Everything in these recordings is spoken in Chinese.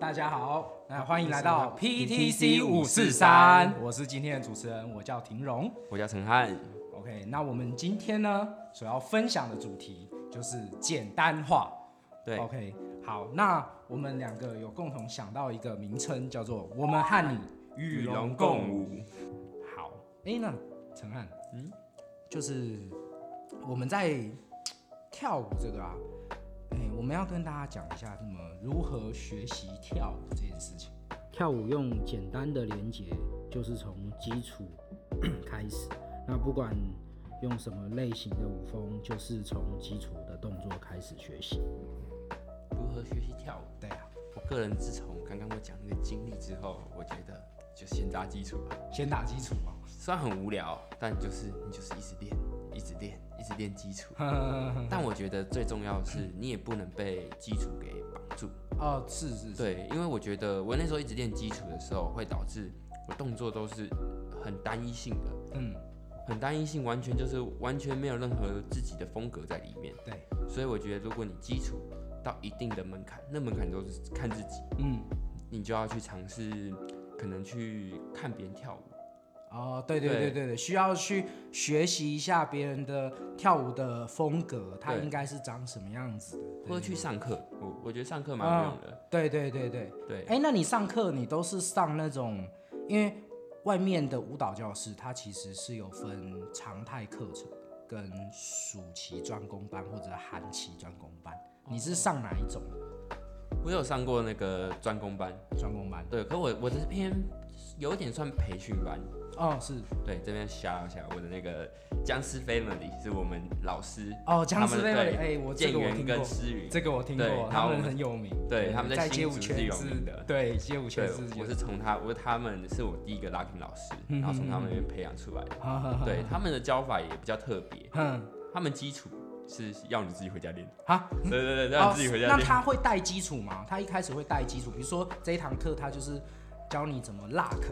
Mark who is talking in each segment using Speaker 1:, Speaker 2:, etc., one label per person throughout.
Speaker 1: 大家好，那欢迎来到 PTC 五四三，我是今天的主持人，我叫婷荣。
Speaker 2: 我叫陈汉，
Speaker 1: OK，那我们今天呢，所要分享的主题就是简单化。
Speaker 2: 对
Speaker 1: OK，好，那我们两个有共同想到一个名称，叫做“我们和你与龙共舞
Speaker 2: 舞。”。
Speaker 1: 好，哎、那陈汉，嗯
Speaker 2: 嗯，
Speaker 1: 就是我们在跳舞这个啊，哎、我们要跟大家讲一下怎么如何学习跳舞这件事情。
Speaker 3: 跳舞用简单的连接，就是从基础 开始。那不管用什么类型的舞风，就是从基础的动作开始学习。
Speaker 2: 如何学习跳舞？
Speaker 1: 对啊，
Speaker 2: 我个人自从刚刚我讲那个经历之后，我觉得就先扎基础吧。
Speaker 1: 先打基础嘛。
Speaker 2: 虽然很无聊，但就是你就是一直练，一直练，一直练基础。
Speaker 1: 嗯
Speaker 2: 但我觉得最重要的是，你也不能被基础给绑住。
Speaker 1: 哦，是是是，
Speaker 2: 对，因为我觉得我那时候一直练基础的时候，会导致我动作都是很单一性的，
Speaker 1: 嗯，
Speaker 2: 很单一性，完全就是完全没有任何自己的风格在里面。
Speaker 1: 对，
Speaker 2: 所以我觉得，如果你基础到一定的门槛，那门槛都是看自己，
Speaker 1: 嗯。
Speaker 2: 你就要去尝试，可能去看别人跳舞。
Speaker 1: 哦，对对对
Speaker 2: 对
Speaker 1: 对对，需要去学习一下别人的跳舞的风格，它
Speaker 2: 对
Speaker 1: 应该是长什么样子的，
Speaker 2: 或者去上课，我我觉得上课蛮
Speaker 1: 啊
Speaker 2: 有用的。
Speaker 1: 对对对对。
Speaker 2: 对，
Speaker 1: 哎，那你上课你都是上那种，因为外面的舞蹈教室它其实是有分常态课程跟暑期专攻班或者寒期专攻班，你是上哪一种
Speaker 2: 我有上过那个专攻班，
Speaker 1: 专攻班？
Speaker 2: 对，可我我的是偏有点算培训班。
Speaker 1: 哦，是
Speaker 2: 对，这边 shout 一下我的那个僵尸 family 是我们老师
Speaker 1: 哦，
Speaker 2: 他
Speaker 1: 僵尸
Speaker 2: 们的
Speaker 1: 贝
Speaker 2: 对
Speaker 1: 哎，我这
Speaker 2: 建
Speaker 1: 个我
Speaker 2: 元
Speaker 1: 听
Speaker 2: 跟
Speaker 1: 过，
Speaker 2: 诗云，
Speaker 1: 这个我听
Speaker 2: 对
Speaker 1: 过，
Speaker 2: 然
Speaker 1: 他
Speaker 2: 后我
Speaker 1: 们
Speaker 2: 们
Speaker 1: 很有名，
Speaker 2: 对他们在
Speaker 1: 在
Speaker 2: 新
Speaker 1: 街舞
Speaker 2: 竹是
Speaker 1: 圈
Speaker 2: 有
Speaker 1: 是
Speaker 2: 名的
Speaker 1: 对街舞圈
Speaker 2: 对
Speaker 1: 是有，
Speaker 2: 我是从他，我他们是我第一个拉丁老师，然后从他们那边培养出 来的。对，他们的教法也比较特别，
Speaker 1: 嗯，
Speaker 2: 他们基础是要你自己回家 练。
Speaker 1: 好，
Speaker 2: 对对对，让
Speaker 1: 哦
Speaker 2: 你自己回家
Speaker 1: 那
Speaker 2: 练。
Speaker 1: 他会带基础吗？他一开始会带基础，比如说这一堂课他就是教你怎么 lock，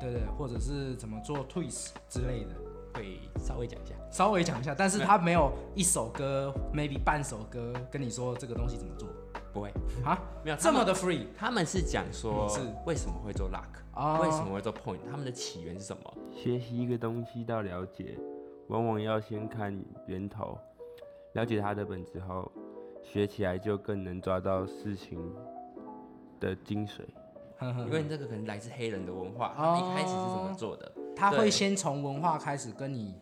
Speaker 1: 对对，或者是怎么做 twist 之类的，
Speaker 2: 会稍微讲一下。
Speaker 1: 稍微讲一下，但是他没有一首 歌，maybe 半首歌跟你说这个东西怎么做
Speaker 2: 不会，
Speaker 1: 啊，
Speaker 2: 没有
Speaker 1: 这么
Speaker 2: 他
Speaker 1: 的
Speaker 2: 们
Speaker 1: free
Speaker 2: 他们是讲说
Speaker 1: 嗯是
Speaker 2: 为什么会做 luck，、
Speaker 1: 哦
Speaker 2: 为什么会做 point，他们的起源是什么？
Speaker 4: 学习一个东西到了解，往往要先看源头，了解它的本质后，学起来就更能抓到事情的精髓。
Speaker 1: 呵呵
Speaker 2: 因为这个可能来自黑人的文化，他
Speaker 1: 哦
Speaker 2: 们一开始是怎么做的？
Speaker 1: 他会
Speaker 2: 对
Speaker 1: 先从文化开始跟你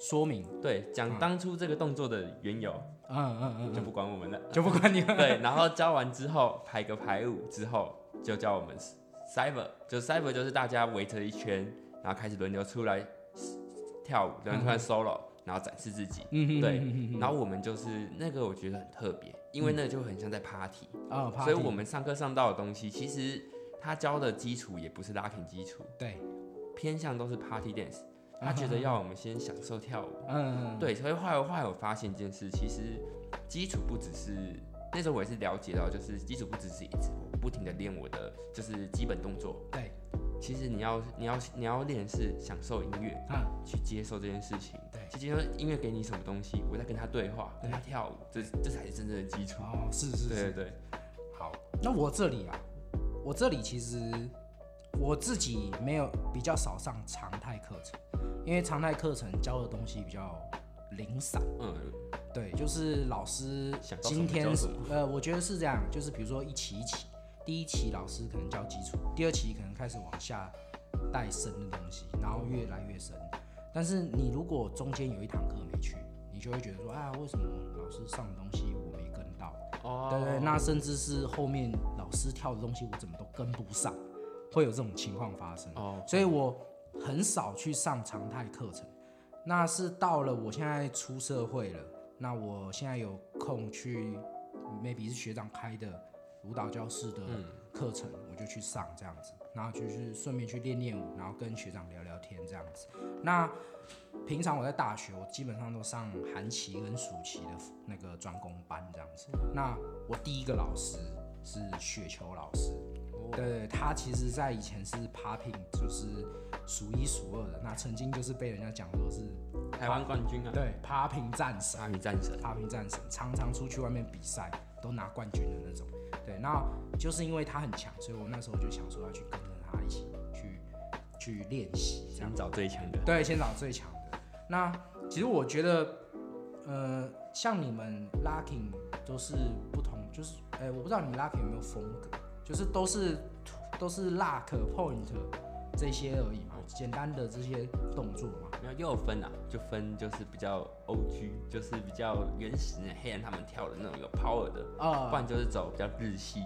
Speaker 1: 说明，
Speaker 2: 对，讲当初这个动作的缘由
Speaker 1: 嗯嗯嗯
Speaker 2: 就不管我们了。
Speaker 1: 嗯，就不管你了。
Speaker 2: 对，然后教完之后排个排舞之后，就教我们 cyber，就 cyber 就是大家围成一圈，然后开始轮流出来跳舞，轮流出来 solo，、然后展示自己。
Speaker 1: 嗯
Speaker 2: 对， 然后我们就是那个，我觉得很特别，因为那个就很像在 party，、
Speaker 1: 啊，
Speaker 2: 所以我们上课上到的东西，其实他教的基础也不是 locking 基础，
Speaker 1: 对，
Speaker 2: 偏向都是 party dance。他觉得要我们先享受跳舞，
Speaker 1: 嗯，
Speaker 2: 对，所以后来后来我发现一件事，其实基础不只是那时候我也是了解到，就是基础不只是一直我不停的练我的就是基本动作，
Speaker 1: 对，
Speaker 2: 其实你要你要你要练的是享受音乐，
Speaker 1: 啊，
Speaker 2: 去接受这件事情，
Speaker 1: 对
Speaker 2: 去接受音乐给你什么东西，我在跟他对话，
Speaker 1: 对
Speaker 2: 跟他跳舞，这这才是真正的基础。
Speaker 1: 哦，是是
Speaker 2: 对对
Speaker 1: 是，
Speaker 2: 对，
Speaker 1: 好，那我这里啊，我这里其实我自己没有比较少上常态课程，因为常态课程教的东西比较零散。
Speaker 2: 嗯，
Speaker 1: 对，就是老师
Speaker 2: 想到什
Speaker 1: 今
Speaker 2: 么
Speaker 1: 天
Speaker 2: 教
Speaker 1: 是
Speaker 2: 什么
Speaker 1: 呃，我觉得是这样，就是比如说一期一期，第一期老师可能教基础，第二期可能开始往下带深的东西，然后越来越深。但是你如果中间有一堂课没去，你就会觉得说，啊，为什么老师上的东西我没跟到？
Speaker 2: 哦
Speaker 1: 对对，那甚至是后面老师跳的东西我怎么都跟不上，会有这种情况发生。
Speaker 2: 哦，
Speaker 1: 所以我很少去上常态课程。那是到了我现在出社会了，那我现在有空去，maybe 是学长开的舞蹈教室的课程，我就去上这样子，然后就是顺便去练练舞，然后跟学长聊聊天这样子。那平常我在大学，我基本上都上韩旗跟暑期的那个专攻班这样子。那我第一个老师是雪球老师，对，他其实在以前是 popping，就是数一数二的。那曾经就是被人家讲说是
Speaker 2: 台湾冠军啊，
Speaker 1: 对 popping 战神
Speaker 2: 阿米战神，
Speaker 1: ，popping 战神常常出去外面比赛都拿冠军的那种。对，那就是因为他很强，所以我那时候就想说要去跟着他一起去去练习，这样
Speaker 2: 想找最强的。
Speaker 1: 对，先找最强的。那其实我觉得，呃，像你们 locking 都是不同，就是，哎、我不知道你们 locking 有没有风格，就是都是都是 lock point 这些而已嘛，简单的这些动作嘛。
Speaker 2: 没有又有分啊，就分就是比较 O G，就是比较原始的黑人他们跳的那种有 power 的，
Speaker 1: 啊、
Speaker 2: 不然就是走比较 日系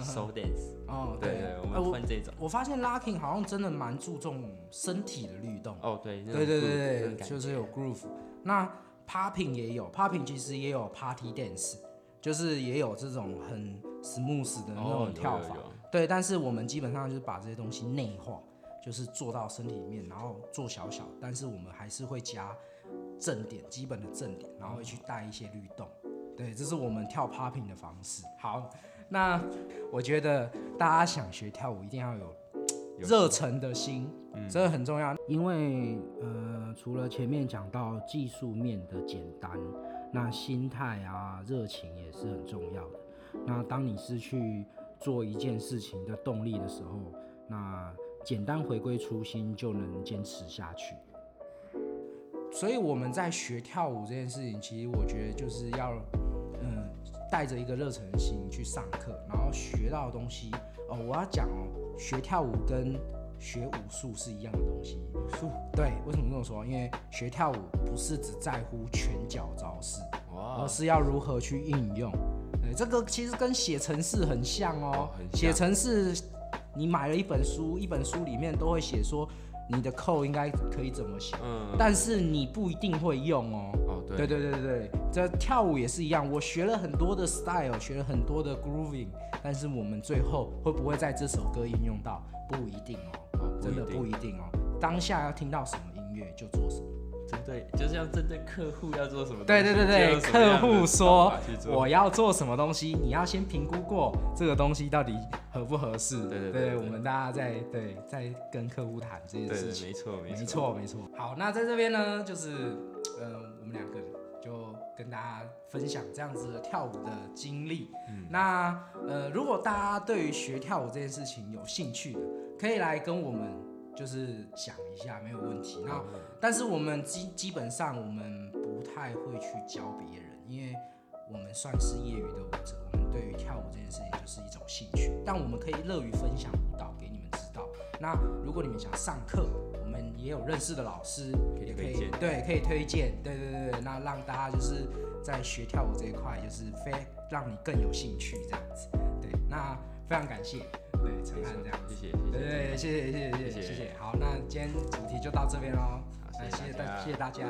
Speaker 2: soul dance。
Speaker 1: 哦，
Speaker 2: 对对，我们
Speaker 1: 我
Speaker 2: 分这种。
Speaker 1: 我发现 locking 好像真的蛮注重身体的律动。
Speaker 2: 哦，对，那种
Speaker 1: 对对对
Speaker 2: groove，那
Speaker 1: 对
Speaker 2: 种，感
Speaker 1: 就是
Speaker 2: 觉
Speaker 1: 有 groove。那 popping 也有，popping 其实也有 party dance，就是也有这种很 smooth 的那
Speaker 2: 哦
Speaker 1: 种
Speaker 2: 有
Speaker 1: 跳
Speaker 2: 有
Speaker 1: 法。
Speaker 2: 有
Speaker 1: 对，但是我们基本上就是把这些东西内化，就是做到身体里面，然后做小小，但是我们还是会加正点，基本的正点，然后会去带一些律动。对，这是我们跳 popping 的方式。好，那我觉得大家想学跳舞，一定要有
Speaker 2: 有
Speaker 1: 热忱的心，这个很重要。
Speaker 3: 因为呃，除了前面讲到技术面的简单，那心态啊、热情也是很重要的。那当你是去做一件事情的动力的时候，那简单回归初心就能坚持下去。
Speaker 1: 所以我们在学跳舞这件事情，其实我觉得就是要，嗯，带着一个热忱的心去上课，然后学到的东西哦，我要讲哦，学跳舞跟学武术是一样的东西。武术对，为什么这么说？因为学跳舞不是只在乎拳脚招式，而
Speaker 2: 哇，
Speaker 1: 是要如何去应用。对，这个其实跟写程式很像哦
Speaker 2: 哦。很像
Speaker 1: 写程式，你买了一本书，一本书里面都会写说你的扣应该可以怎么写。
Speaker 2: 嗯，
Speaker 1: 但是你不一定会用哦。
Speaker 2: 哦对
Speaker 1: 对对对对对，这跳舞也是一样，我学了很多的 style，学了很多的 grooving，但是我们最后会不会在这首歌应用到，不一定哦，
Speaker 2: 哦
Speaker 1: 真的
Speaker 2: 不
Speaker 1: 不
Speaker 2: 一
Speaker 1: 一
Speaker 2: 定，
Speaker 1: 定哦。当下要听到什么音乐就做什么。
Speaker 2: 针对就是要针对客户要做什么东西，
Speaker 1: 对对对
Speaker 2: 就
Speaker 1: 对，
Speaker 2: 用什么样
Speaker 1: 客
Speaker 2: 的
Speaker 1: 户说
Speaker 2: 方法去做
Speaker 1: 我要做什么东西，你要先评估过这个东西到底合不合适。
Speaker 2: 对对对对
Speaker 1: 我们大家在对在跟客户谈这件
Speaker 2: 对
Speaker 1: 事
Speaker 2: 对，
Speaker 1: 情。
Speaker 2: 没错
Speaker 1: 没
Speaker 2: 错，
Speaker 1: 错，没错。好，那在这边呢，就是，嗯、我们两个就跟大家分享这样子的跳舞的经历。
Speaker 2: 嗯
Speaker 1: 那呃，如果大家对于学跳舞这件事情有兴趣的，可以来跟我们就是讲一下，没有问题。那
Speaker 2: 嗯
Speaker 1: 但是我们基基本上我们不太会去教别人，因为我们算是业余的舞者，我们对于跳舞这件事情就是一种兴趣，但我们可以乐于分享舞蹈给你们知道。那如果你们想上课，我们也有认识的老师，
Speaker 2: 可以
Speaker 1: 也
Speaker 2: 推荐
Speaker 1: 对，可以推荐，对对对对，那让大家就是在学跳舞这一块，就是非让你更有兴趣这样子。对，那非常感谢，对陈
Speaker 2: 没
Speaker 1: 汉
Speaker 2: 错
Speaker 1: 这样子
Speaker 2: 谢。谢
Speaker 1: 对对，
Speaker 2: 谢谢，
Speaker 1: 谢谢谢谢谢谢
Speaker 2: 谢
Speaker 1: 谢
Speaker 2: 谢
Speaker 1: 谢。好，那今天主题就到这边喽。
Speaker 2: 好
Speaker 1: 那
Speaker 2: 谢
Speaker 1: 谢谢
Speaker 2: 谢大
Speaker 1: 大
Speaker 2: 家
Speaker 1: 谢谢大家。